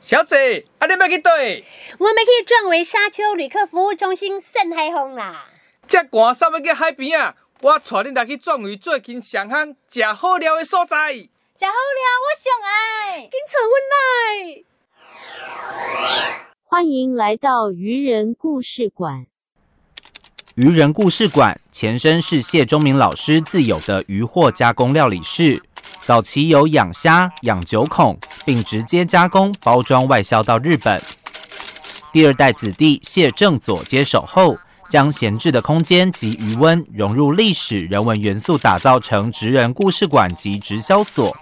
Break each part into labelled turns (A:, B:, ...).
A: 小姐，啊，你要去倒？
B: 我要去转为沙丘旅客服务中心晒海风啦！
A: 遮寒煞要去海边啊！我带恁来去壮围最近上巷食好料的所在。
B: 食好料，我上爱，紧找阮来。
C: 欢迎来到愚人故事馆。
D: 愚人故事馆前身是谢忠明老师自有的鱼货加工料理室，早期有养虾、养九孔，并直接加工包装外销到日本。第二代子弟谢正佐接手后，将闲置的空间及余温融入历史人文元素，打造成职人故事馆及直销所，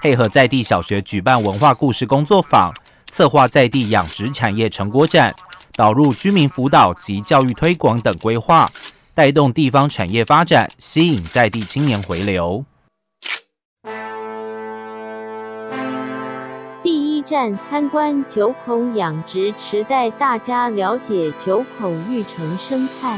D: 配合在地小学举办文化故事工作坊，策划在地养殖产业成果展，导入居民辅导及教育推广等规划，带动地方产业发展，吸引在地青年回流。
C: 第一站参观九孔养殖池，带大家了解九孔育成生态。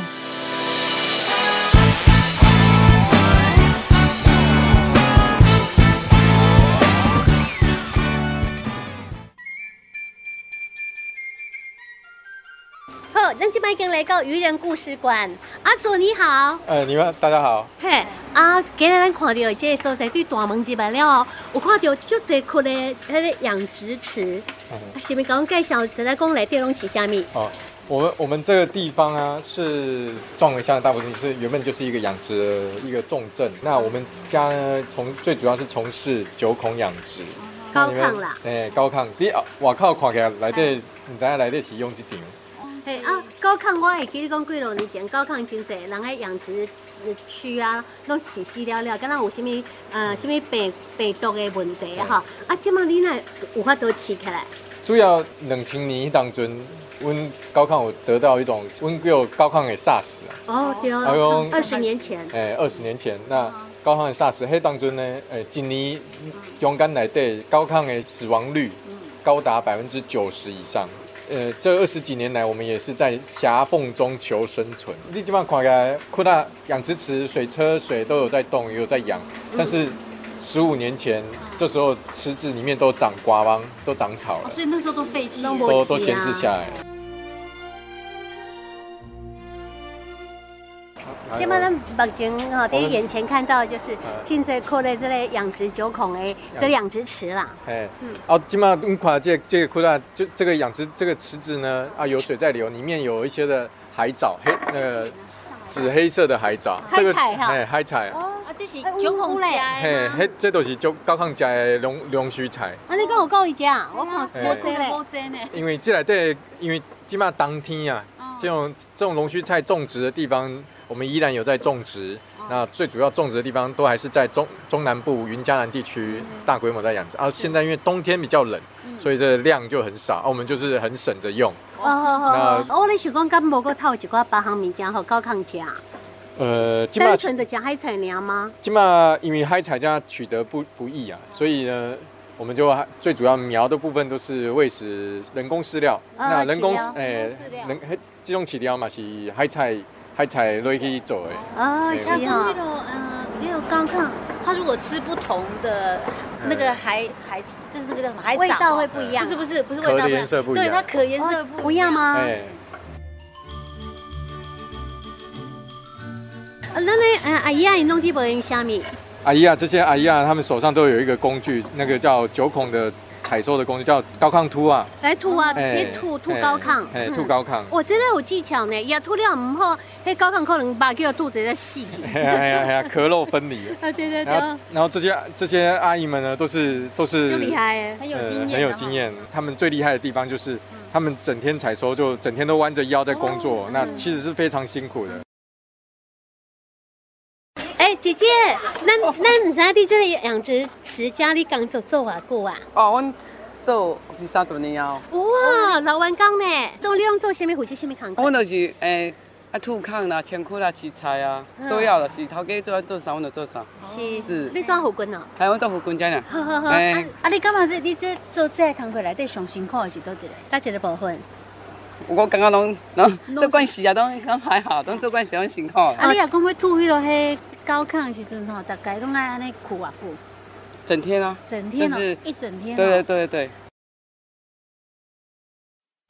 B: 好，咱即摆已经来到愚人故事馆。阿祖你好，
E: 哎
A: 呃，你们大家好。
B: 嘿，啊，今日咱看到即个所在对大门入来了后，有看到足侪窟的迄个养殖池，
A: 嗯
B: 啊，是毋是甲阮介绍咱咱讲内底拢是啥物？
E: 哦，我们我们这个地方啊，是壮围乡的大部分是原本就是一个养殖的一个重镇。那我们家呢，从最主要是从事九孔养殖，
B: 高
E: 那你
B: 亢
E: 们
B: 啦，哎
E: 哎、高抗，你啊外口看起来内底，你知影内底是养一场，
B: 嘿啊，高亢我会记你讲几落年前高亢真侪人喺养殖区啊，拢饲死了了，敢若有啥物呃啥物病病毒的问题啊吼，啊，即摆你若有法度饲起来，
E: 主要两千年当中，阮高抗有得到一种，阮叫高抗的 SARS 啊。
B: 哦对，
E: 哎呦
B: 二十年前，
F: 哦
E: 诶，二十年前，那高亢的 SARS 迄当中呢，诶、今年中间内底高亢的死亡率高达百分之九十以上。呃，这二十几年来，我们也是在夹缝中求生存。你基本上看起来，库纳养殖池、水车、水都有在动，也有在养，但是十五年前，这时候池子里面都长瓜帮，都长草了，
F: 所以那时候都废弃了
B: 都。没
E: 都都
B: 没钱
E: 闲
B: 啊
E: 置下来了。
B: 即摆咱目前吼
E: 哦
B: 伫眼前看到的就是
E: 嗯
B: 真侪扩的这类养殖九孔的这个养殖池啦，
E: 哎，
B: 嗯
E: 哦，今嘛你看这个这个库大，就这个养殖这个池子呢，啊，有水在流，里面有一些的海藻，黑那个紫黑色的海藻，
B: 海菜哈哦
E: 哎，海菜，
F: 啊，这是九孔
B: 哎有有嘞
F: 家
E: 嘿
F: 的，吗？
E: 嘿，这都是就高抗家的龙龙须菜，
B: 啊你讲有够伊只啊，我看
E: 嘿
B: 我
F: 真
B: 真
F: 的
B: 嘞，
F: 无真呢。
E: 因为这来对，因为今嘛当天啊，这种这种龙须菜种植的地方，我们依然有在种植。那最主要种植的地方都还是在中中南部云嘉南地区大规模在养殖，啊，现在因为冬天比较冷，所以这量就很少，啊，我们就是很省着用。
B: 哦好好好，我咧想讲敢无够透一寡别项物件互狗康食，
E: 呃，金马
B: 单纯的食海产尔吗？
E: 金马因为嗨采家取得不不易啊，所以呢，我们就还最主要苗的部分都是喂食人工饲料。
B: 啊
E: 那人工
B: 饲料
E: 诶
F: 人工饲料，
E: 人嘿这种饲料嘛是嗨采嗨采落去做的。
B: 哦
E: 没
B: 是
F: 那
E: 问
F: 就
B: 吼
F: 那。种呃，那种高亢，它如果吃不同的那个
E: 哎
F: 海海，就是那个叫什么海藻啊
B: 味道会不一样，
F: 不是不是不是
E: 壳
F: 味
E: 的
F: 道一样
E: 颜色不一
F: 对
E: 样
F: 它壳颜色
B: 哦不
F: 不
B: 一
F: 一
B: 样
F: 样？
B: 吗？
E: 哎，
B: 啊，咱咧呃阿姨啊，因拢伫无用虾米，
E: 阿姨啊，这些阿姨啊，他们手上都有一个工具，那个叫九孔的采收的工具，叫高抗凸啊。
B: 来吐啊，
E: 哎
B: 咧吐吐
E: 哎
B: 高亢，
E: 哎，
B: 嗯
E: 吐。高 抗。
B: 我真的有技巧呢，也吐了唔好，迄高亢可能把叫肚子在死去。
E: 嘿哎呀嘿呀嘿呀，壳肉分离。
B: 啊，对对
E: 然后
B: 对，
E: 然后这些这些阿姨们呢，都是都是
B: 就厉害哎。
F: 很
E: 呃，
F: 有经验，嗯
E: 很有经。验。他们最厉害的地方就是，他们整天采收，就整天都弯着腰在工作，
F: 哦
E: 那其实是非常辛苦的。
B: 哎，姐姐，咱咱唔知你这个养殖池家里工作做偌久啊？
G: 哦，阮做二三十年啊，
F: 哦
B: 哇，老员工呢，都你用做什么负责什么工
E: 哦
B: 作？
G: 阮就是诶，啊土炕啦、千库啦、饲菜啊，都要啦，是头家做做啥，阮就做啥。
B: 是
G: 是
B: 你当护工哦。
G: 还阮到附近遮俩，
B: 好好好，
G: 哎
B: 啊
F: 啊，你感觉这你这做这个工课内底上辛苦的是多一个？
B: 哪一个部分？
G: 我感觉拢拢
B: 拢
G: 做惯势啊，拢拢还好，拢做惯势拢辛苦的，
F: 啊，你若讲要吐迄落迄高亢的时阵吼，大概拢爱安尼苦啊苦，
G: 整天啊。
F: 整天哦
G: 就是，
F: 一整天。
G: 对对。对对。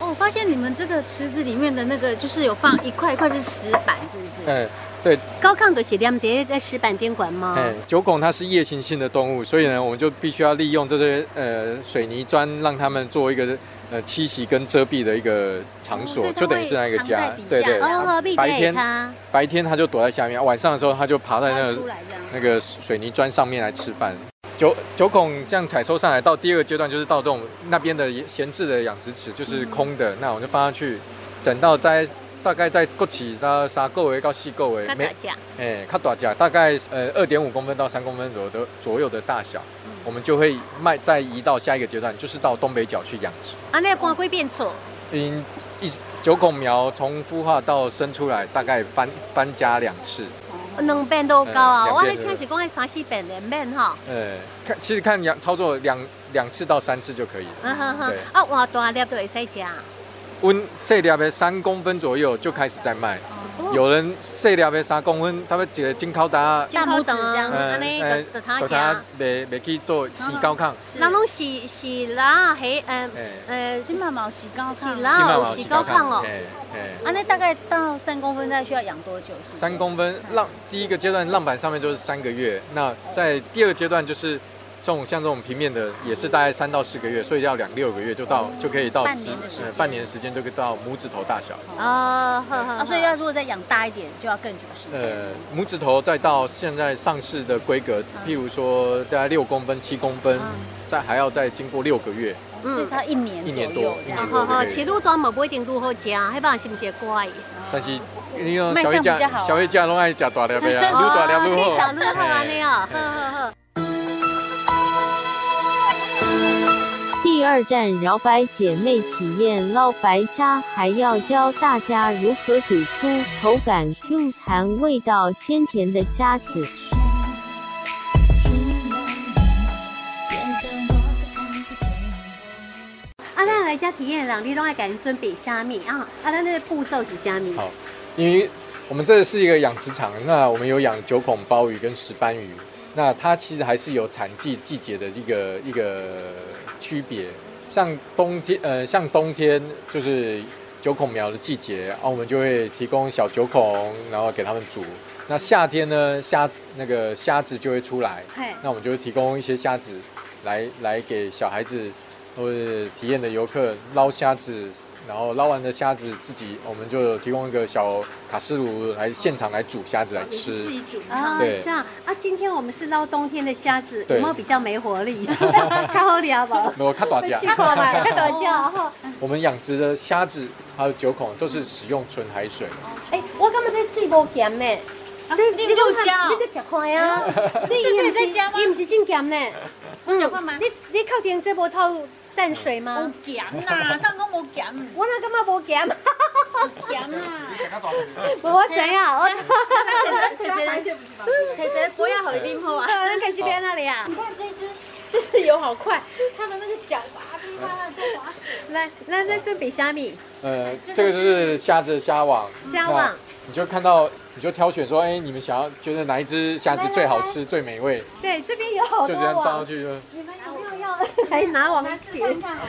F: 哦发现你们这个池子里面的那个就是有放一块一块是石板，是不是？
E: 嗯，对，
B: 高亢的是两碟在石板边管
F: 嗯
B: 吗？
E: 哎，九孔它是夜行性的动物，所以呢，我们就必须要利用这些呃水泥砖，让它们做一个呃栖息跟遮蔽的一个场
F: 哦
E: 所，
F: 所以它
E: 就等于是那个
F: 会
E: 家
F: 藏在底。
E: 对
F: 下
E: 对，
B: 哦，避
E: 白
B: 开
E: 天
B: 它。
E: 白天它就躲在下面，晚上的时候它就爬在那
F: 挖
E: 个
F: 出来这样。
E: 那个水泥砖上面来吃饭。九九孔像采收上来到第二个阶段，就是到这种那边的闲置的养殖池，就是空的，那我就放上去，等到在大概在过起到三个月到四个月，
B: 它打架，
E: 哎，它大家大概呃二点五公分到三公分左右的左右的大小，我们就会卖再移到下一个阶段，就是到东北角去养殖。
B: 啊，那搬几遍厝，
E: 因一九孔苗从孵化到生出来，大概搬搬家两次。
B: 两遍都有够啊！
E: 嗯
B: 我
E: 两
B: 还
E: 遍
B: 听是讲要三四遍两遍吼。
E: 呃，看其实看养操作两两次到三次就可以了。
B: 嗯哼哼
E: 对，
B: 啊，换大粒都会使食。
E: 温细粒的三公分左右就开始在卖，
F: 哦
E: 有人细粒的三公分，他们一个金口达，
B: 大拇指这样，
E: 呃
B: 安尼
E: 呃
B: 就就通
E: 就
B: 食
E: 他。袂袂去做西高抗，
F: 哦
B: 人拢是是啦，迄呃
E: 哎，
B: 呃，
F: 金马毛洗高
B: 是
F: 是
B: 啦
F: 啦。
E: 金马
B: 有
E: 毛
B: 时
E: 西
B: 高
E: 高
B: 抗哦
E: 抗，哎哎，
F: 啊，那大概到三公分，大概需要养多久？是不是
E: 三公分浪第一个阶段浪板上面就是三个月，那在第二阶段就是。这种像这种平面的也是大概三到四个月，所以要两六个月就到就可以到
F: 半
E: 指
F: 年的时
E: 呃
F: 间
E: 半年的时间就可以到拇指头大小。
B: 哦，呵呵
F: 啊，
B: 呵，
F: 所以要如果再养大一点，就要更久时间。
E: 呃，拇指头再到现在上市的规格，
F: 嗯
E: 譬如说大概六公分、七公分，再还要再经过六个月，
F: 所以它一年
E: 一年
F: 左右
E: 多
F: 这
E: 一
F: 样
B: 嗯
E: 年。
B: 好好，切愈大嘛不一定愈好食，迄帮是毋是会 乖？
E: 但是你看
F: 卖
E: 小
F: 相
E: 一
F: 比较好
E: 家
F: 啊
E: 小一家拢爱食大粒 的啊，愈大粒愈好。
B: 哦小愈好安尼哦，呵
E: 嘿
B: 呵呵。
C: 第二站饶白姐妹体验捞白虾，还要教大家如何煮出口感 Q 弹、味道鲜甜的虾子。
B: 啊，咱来遮体验人，你拢爱甲因准备虾米啊？啊，咱那个步骤是虾米？
E: 好因为我们这是一个养殖场，那我们有养九孔鲍鱼跟石斑鱼，那它其实还是有产季季节的一个一个区别。像冬天，呃，像冬天就是九孔苗的季节，啊，我们就会提供小九孔，然后给他们煮。那夏天呢，虾子那个虾子就会出来，
B: 嘿，
E: 那我们就会提供一些虾子来来给小孩子或者体验的游客捞虾子，然后捞完的虾子自己我们就提供一个小卡式炉来现场来煮虾子来
H: 自
E: 吃。
H: 己煮
B: 啊，
E: 哦对
B: 这样啊，今天我们是捞冬天的虾子，有
E: 对
B: 没有比较没活 力？ 较好料无？
E: 我看大家，
B: 较好啦，较大只吼。
E: 我们养殖的虾子还有九孔都是使用纯海水，
B: 哎，我感觉这水无咸呢。这
F: 你有吃哦
B: 你去食看 啊！这
F: 这
B: 伊
F: 这
B: 毋
F: 在
B: 是
F: 吃吗
B: 伊毋是真咸呢。嗯
F: 吃看吗
B: 你你确定这无透淡水吗？
F: 无咸呐，上公无咸，
B: 我那感觉无咸，
F: 无咸啊呐。
B: 无我知影，我
F: 姐姐姐姐，姐姐不要好一定好啊。
B: 咱开始变哪里啊？
H: 你看这只，这只游好
F: 哦
H: 快，它的那个脚啪噼啪啦在滑水。
B: 来，咱咱准备虾米？
E: 呃，
H: 这
E: 这
H: 个
E: 个
H: 是
E: 就是虾子的虾网，
B: 虾网
E: 那你就看到你就挑选说，哎，你们想要觉得哪一只虾子最好吃最美味，
B: 对，这边有好
E: 就
B: 多啊
E: 这样照上
B: 网，
E: 去就。
B: 你们有没有要 来哎拿网起？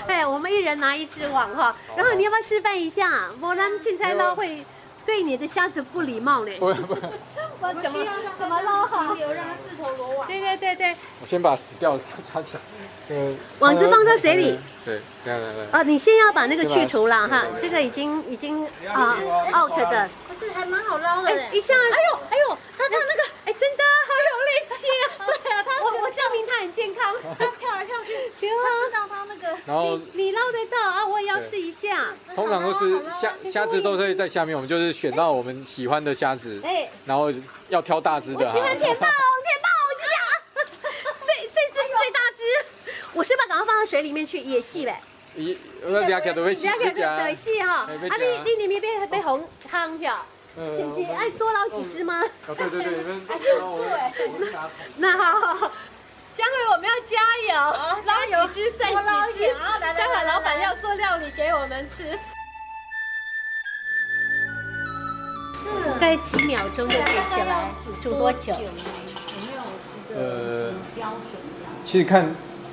B: 对，我们一人拿一只网哈。然后你要不要示范一下？啊我咱竞猜捞会对你的虾子不礼貌呢。
E: 不不，
B: 我怎么怎么捞好？
H: 有让它自投罗网。
B: 对对对对，
E: 我先把死掉的抓起来。嗯，
B: 网子放到水里。
E: 对，这样来来。
B: 哦，你先要把那个去除了哈
E: 是吧，
B: 这个已经已经啊 out 的，
H: 不是，还蛮好捞的
B: 哎，一
H: 嘞。
B: 下，哎呦哎呦，他他那个，哎，真的好有力气 啊！对啊，他我我证明他很健康，
H: 它跳 来跳去，
B: 对
H: 它知
B: 啊，
H: 道它那个。
E: 然后
B: 你你捞得到啊，我也要试一下。
E: 通常都是虾虾子都是在下面，我们就是选到我们喜欢的虾子，
B: 哎，
E: 然后要挑大只的。
B: 喜欢甜霸王，甜霸王我就讲， 这这只最大只，我是把赶快放到水里面去野戏呗，
E: 一我俩个都会喜
B: 两个
E: 欢
B: 就野
E: 吃。
B: 戏哈。啊，
E: 哎
B: 你
E: 要吃
B: 你里面被被红汤掉，是不是？哎，多捞几只吗？
E: 嗯哦，对对对，你们
B: 哎那好好好，佳慧，我们要哦加油，捞几只算
H: 多捞一
B: 几只
H: 点。啊！来来
B: 待
H: 来
B: 会
H: 来，
B: 老板
H: 来
B: 要做料理给我们吃。大概几秒钟就可以起来，煮多久？
E: 呃，其实看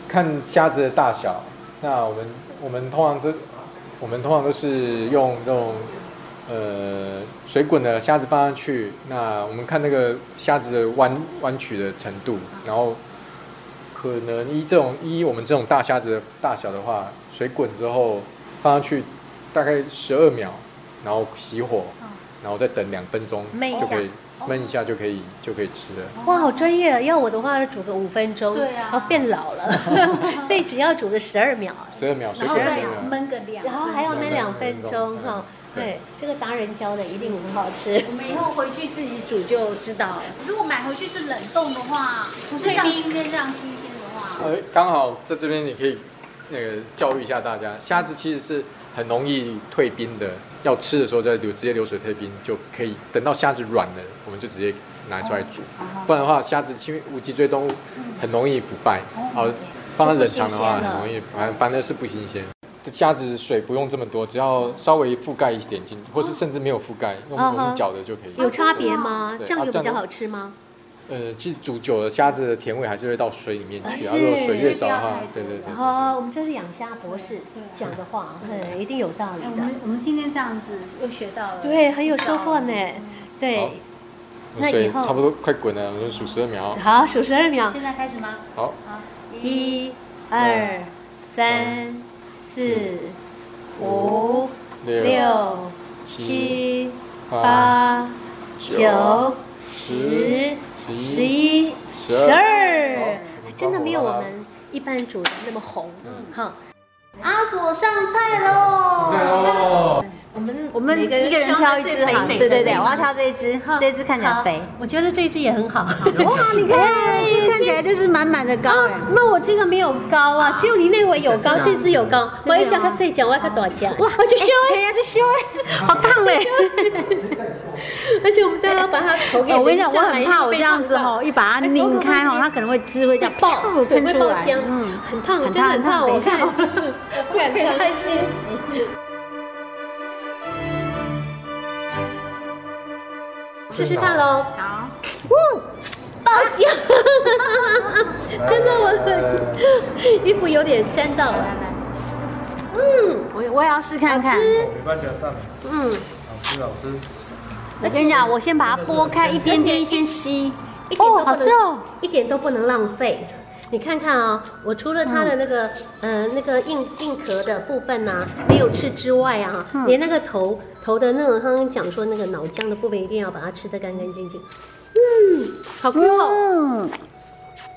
E: 看虾子的大小，那我们我们通常这我们通常都是用这种呃水滚的虾子放上去，那我们看那个虾子的弯弯曲的程度，然后可能依这种依我们这种大虾子的大小的话，水滚之后放上去大概十二秒，然后熄火，然后再等两分钟
I: 焖一
E: 就
I: 下
E: 可以焖一下就可以就可以吃了。
I: 哇，好专业！要我的话，煮个五分钟，
H: 对啊
I: 然后变老 了，所以只要煮个十二秒，
E: 十二秒，水
I: 然后
E: 滚
I: 再
E: 十二秒。
B: 焖个两
I: 然后还要焖两分钟
E: 嗯
I: 哈。
E: 对
I: 对，这个达人教的一定很好吃。
B: 我们以后回去自己煮就知道了。
H: 如果买回去是冷冻的话，不是
B: 退
H: 像
B: 冰
H: 今天这样新鲜的话，
E: 呃，刚好在这边你可以那个教育一下大家，虾子其实是很容易退冰的，要吃的时候再流直接流水退冰就可以。等到虾子软了，我们就直接拿出来煮，
I: 哦
E: 不然的话虾子因为无脊椎动物很容易腐败，
I: 哦
E: 好、放在冷藏的话
I: 就不新
E: 很
I: 鲜了
E: 容易，反反正是不新鲜。虾子水不用这么多，只要稍微覆盖一点进去，或是甚至没有覆盖，用
I: 哦嗯
E: 我
I: 哼
E: 们搅的就可以。
I: 有差别吗？
E: 对
I: 酱油
E: 啊
I: 比较
E: 酱油
I: 好吃吗？
E: 呃，其实煮久了，虾子的甜味还是会到水里面去。
I: 啊
E: 啊，如果
I: 是
E: 水越少的
H: 不要
E: 话
H: 太多，
E: 对对对。
I: 哦，我们就是养虾博士讲的话，对，一定有道理
H: 哎我
I: 的
H: 们。我们今天这样子又学到了，
I: 对，很有收获呢。
E: 好
I: 对，那
E: 那水
I: 以后
E: 差不多快滚了，我们数十二秒。
I: 好，数十二秒，
H: 现在开始吗？
E: 好，
I: 一、二、三、四、五、六、
E: 七、
I: 七、
E: 八、
I: 八、九、十、十
E: 十一、
I: 一、十
E: 十
I: 二哎
E: 二，
I: 真的没有我们一般主那么红
E: 嗯，
I: 哈。
H: 阿左上菜喽！
E: 对哦，
B: 我们
H: 我们一个人挑一只好，对对对，我要挑这一只，这一只看起来肥。
I: 我觉得这只也很好。
H: 哇，你看，这看起来就是满满的膏哎。
I: 那我这个没有高啊，只有你那位有高，这只有高。
H: 真的
I: 我
H: 吗
I: 一讲个细讲，我个大讲，
H: 哇，
I: 我就修
H: 哎哎，哎呀，就修哎，好烫嘞！
I: 而且我们都要把它头给
H: 哦我跟你讲，
I: 拎
H: 我
I: 上来
H: 很怕我这样子吼，，一把
I: 哎
H: 它拧开吼，它可能会滋味这样 爆
I: 因为
H: 喷
I: 被烫到会
H: 出
I: 爆
H: 来。
I: 浆，嗯，很烫，真的很烫。
H: 等
I: 我
H: 一下
I: 看是我不敢尝试。试试看喽，
H: 好，
I: 爆浆！真的，我的衣服有点沾到了。嗯，
H: 我我也要试看看。
I: 吃，嗯，
H: 我跟你讲，我先把它剥开一点点，先吸。
I: 一点都不
H: 哦，
I: 能
H: 好吃哦。
I: 一点都不能浪费。你看看啊、我除了它的那个、
H: 嗯
I: 呃那个硬硬壳的部分呢、啊没有吃之外啊，
H: 嗯
I: 连那个头头的那种，刚刚讲说那个脑浆的部分，一定要把它吃得干干净净。嗯，好 Q 哦，
H: 嗯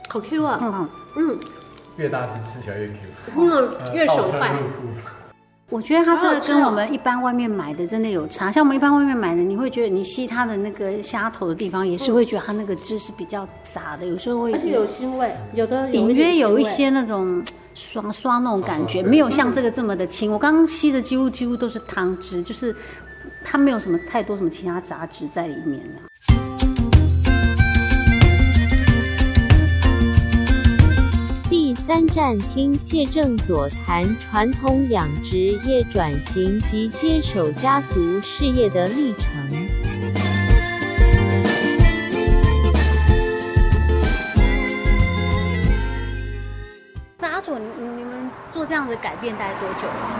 I: 好 Q 啊，
H: 嗯，
I: 嗯
E: 越大只吃起来越 Q，
I: 嗯，越手快。
H: 我觉得它这个跟
I: 哦
H: 我们一般外面买的真的有差。像我们一般外面买的，你会觉得你吸它的那个虾头的地方，也是会觉得它那个汁是比较杂的，有时候会
I: 嗯而且有腥味，有的
H: 隐约有一
I: 腥味嗯
H: 些那种刷刷那种感觉，没有像这个这么的清。我刚刚吸的几乎几乎都是汤汁，就是它没有什么太多什么其他杂质在里面啊的。
C: 第三站听谢正佐谈传统养殖业转型及接手家族事业的历程。
H: 那阿索，你你们做这样的改变大概多久了？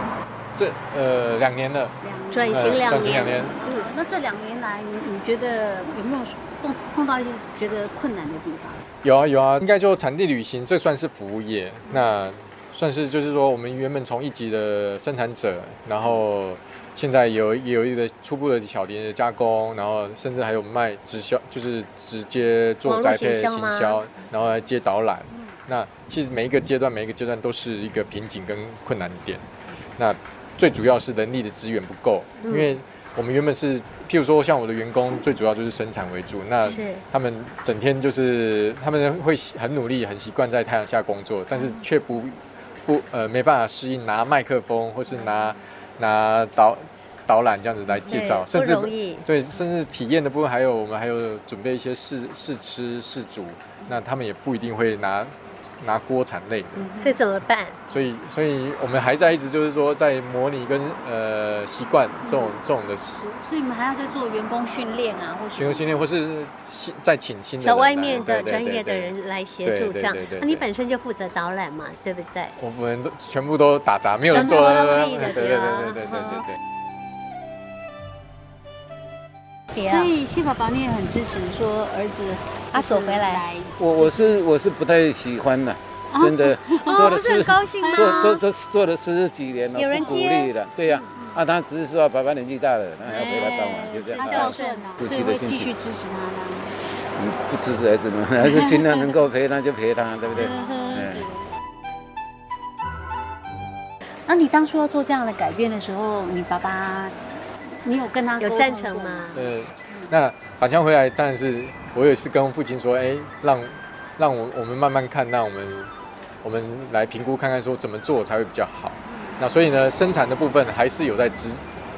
E: 这呃两年了，
I: 转
E: 呃
I: 型两
E: 转型
I: 年
E: 两，年，
H: 嗯，那这两年来，你你觉得有没有碰碰到一些觉得困难的地方？
E: 有啊有啊，应该说产地旅行这算是服务业，那算是就是说我们原本从一级的生产者，然后现在有也有一个初步的小碟的加工，然后甚至还有卖直销，就是直接做
I: 网络
E: 宅配
I: 行销吗
E: 行销，然后来接导览。那其实每一个阶段每一个阶段都是一个瓶颈跟困难点。那最主要是人力的资源不够，
I: 嗯
E: 因为我们原本是，譬如说像我的员工，最主要就是生产为主，那
I: 是
E: 他们整天就是他们会习很努力、很习惯在太阳下工作，
I: 嗯
E: 但是却不不呃没办法适应拿麦克风或是拿拿导导览这样子来介绍，
I: 对
E: 甚
I: 不
E: 至
I: 容易。
E: 对，甚至体验的部分，还有我们还有准备一些试试吃试煮，那他们也不一定会拿拿锅产类的，
I: 所以怎么办？
E: 所以所以我们还在一直就是说在模拟跟呃习惯这种这种的
J: 所以你们还要再做员工训练啊，或
E: 巡
J: 什
E: 游
J: 么？
E: 训练，或是新再请新的人来
I: 找外面
E: 对
I: 的
E: 对
I: 专业的
E: 对对
I: 人来协助，
E: 对对
I: 这样
E: 对对。
I: 那你
E: 对
I: 本身就负责导览嘛，对不对？
E: 我们都全部都打杂，没有人做
I: 全部都立的
E: 对对对
I: 对
E: 对
I: 啊
E: 对对对对。
J: 别
C: 所
J: 啊，
C: 以谢爸爸你也很支持说儿子啊
J: 他走回来
B: 我我是我是不太喜欢的，真的做
I: 哦，
B: 的
I: 不是
B: 是
I: 很高兴吗？
B: 做做做做了四十几年了，
I: 有人
B: 不鼓
I: 接
B: 励了，对呀。啊，他只是说爸爸年纪大了，那要回来帮忙，就这样
C: 他
I: 是
C: 孝
B: 啊。
C: 顺啊，
B: 夫
C: 所
B: 妻
C: 以
B: 的
C: 会
B: 兴
C: 继续
B: 趣，
C: 支持他这样。
B: 嗯不支持儿子们，还是尽量能够陪他就陪他，对不对？嗯。
C: 那你当初要做这样的改变的时候，你爸爸，你有跟他
I: 有
C: 沟
I: 赞
C: 通
I: 成
C: 过？
I: 吗？
E: 呃，那返乡回来，当然是我也是跟父亲说，哎、让让我我们慢慢看，那我们我们来评估看看说怎么做才会比较好。那所以呢，生产的部分还是有在支，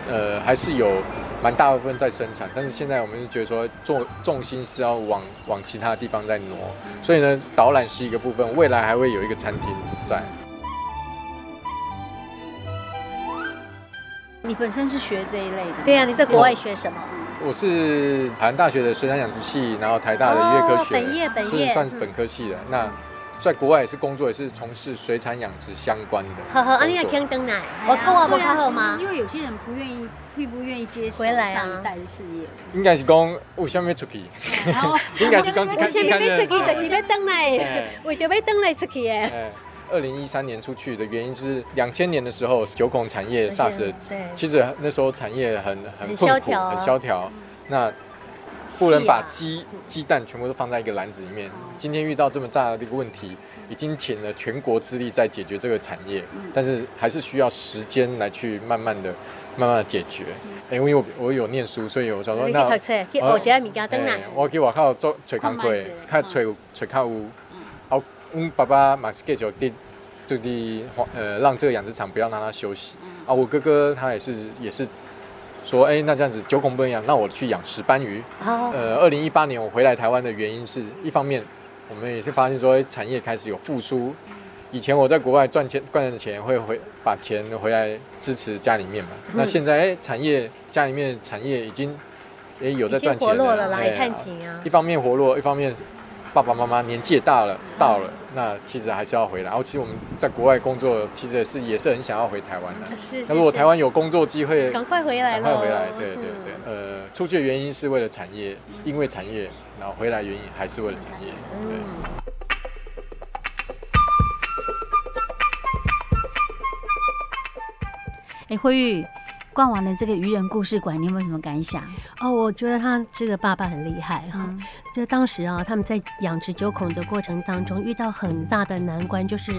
E: 呃，还是有蛮大部分在生产，但是现在我们是觉得说重重心是要往往其他地方在挪，所以呢，导览是一个部分，未来还会有一个餐厅在。
J: 你本身是学这一类的，
I: 对呀，你在国外
J: 我
I: 学什么？
E: 我是海南大学的水产养殖系，然后台大的渔业科
I: 哦
E: 学，
I: 本业本业
E: 是算是本科系的。那在国外也是工作，也是从事水产养殖相关的工作。
I: 呵呵，啊，你也肯等奶，
C: 哎
I: 我
C: 呀
I: 跟我不
C: 对啊
I: 较好吗？
C: 因为有些人不愿意，会不愿意接手
I: 回来啊
C: 上一代的事业？
E: 应该是讲为什么要出去？
C: 然后
E: 应该是讲一
I: 哦我
E: 开
I: 是
E: 一
I: 要
E: 开
I: 要出去，就是
E: 始。
I: 要等来
E: 哎，
I: 为着要等来出去的。
E: 二零一三年出去的原因就是，两千年的时候九孔产业
I: 且
E: SARS，的
I: 对
E: 其实那时候产业很
I: 很
E: 很
I: 萧
E: 困苦，
I: 条啊
E: 很萧条。那不能
I: 是
E: 把
I: 啊嗯
E: 鸡鸡蛋全部都放在一个篮子里面。今天遇到这么大的一个问题，已经请了全国之力在解决这个产业，
I: 嗯
E: 但是还是需要时间来去慢慢的、慢慢的解决。哎、因为我我有念书，所以我想说，
I: 嗯你去
E: 哦那
I: 读册，去学一下物件等来
E: 哎。我去外口做找工
C: 啊看
E: 课
C: 卖者，嗯
E: 较找有找较有。啊，阮爸爸嘛是继续伫，就是呃让这个养殖场不要让它休息。
C: 嗯
E: 啊，我哥哥他也是也是说，哎、那这样子九孔不能养，那我去养石斑鱼。
I: 哦，
E: 呃，二零一八年我回来台湾的原因是一方面，我们也是发现说诶产业开始有复苏。
I: 嗯
E: 以前我在国外赚钱赚的钱会回把钱回来支持家里面嘛，
I: 嗯
E: 那现在哎、产业家里面产业已经哎、有
I: 已
E: 在
I: 经
E: 赚钱
I: 活络了啦，
E: 哎
I: 也看紧啊
E: 一。方面活络，一方面爸爸妈妈年纪也大了，
I: 嗯
E: 到了那其实还是要回来。然后其实我们在国外工作，其实也是也是很想要回台湾的。
I: 是是
E: 那如果
I: 是
E: 台，湾有工作机会，
I: 赶快回来
E: 赶
I: 喽！
E: 快回来，对对
I: 嗯
E: 对，呃，出去的原因是为了产业，因为产业，然后回来原因还是为了产业，对。
H: 哎，慧玉，逛完了这个愚人故事馆，你有没有什么感想？
I: 哦，我觉得他这个爸爸很厉害哈、
H: 嗯
I: 就当时啊，他们在养殖九孔的过程当中遇到很大的难关，就是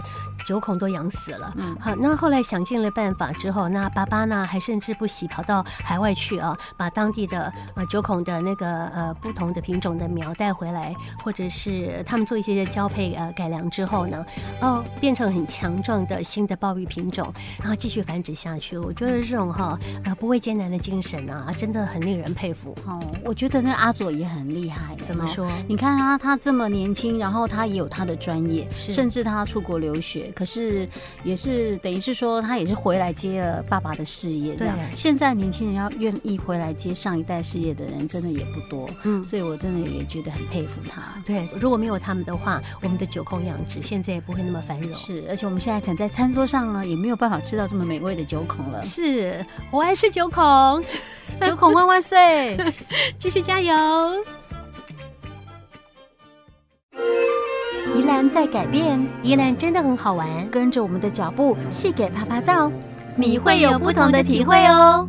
I: 九孔都养死了。
H: 嗯
I: 好，那后来想尽了办法之后，那爸爸呢还甚至不惜跑到海外去啊，把当地的呃九孔的那个呃不同的品种的苗带回来，或者是他们做一些交配呃改良之后呢，哦变成很强壮的新的鲍鱼品种，然后继续繁殖下去。我觉得这种哈呃不畏艰难的精神啊，真的很令人佩服。
H: 哦，我觉得这个阿佐也很厉害。
I: 怎
H: 哦？
I: 么说？
H: 你看他，他这么年轻，然后他也有他的专业，
I: 是
H: 甚至他出国留学，可是也是等于是说他也是回来接了爸爸的事业这样
I: 对。
H: 现在年轻人要愿意回来接上一代事业的人真的也不多，
I: 嗯
H: 所以我真的也觉得很佩服他。
I: 对，如果没有他们的话，我们的九控养殖现在也不会那么繁荣。。
H: 是，而且我们现在可能在餐桌上呢，也没有办法吃到这么美味的九孔了
I: 是，我爱吃九孔，
H: 九孔万万岁！
I: 继续加油。
K: 宜兰在改变，
I: 宜兰真的很好玩，
K: 跟着我们的脚步，细给啪啪造，
I: 你会有不同的体会哦。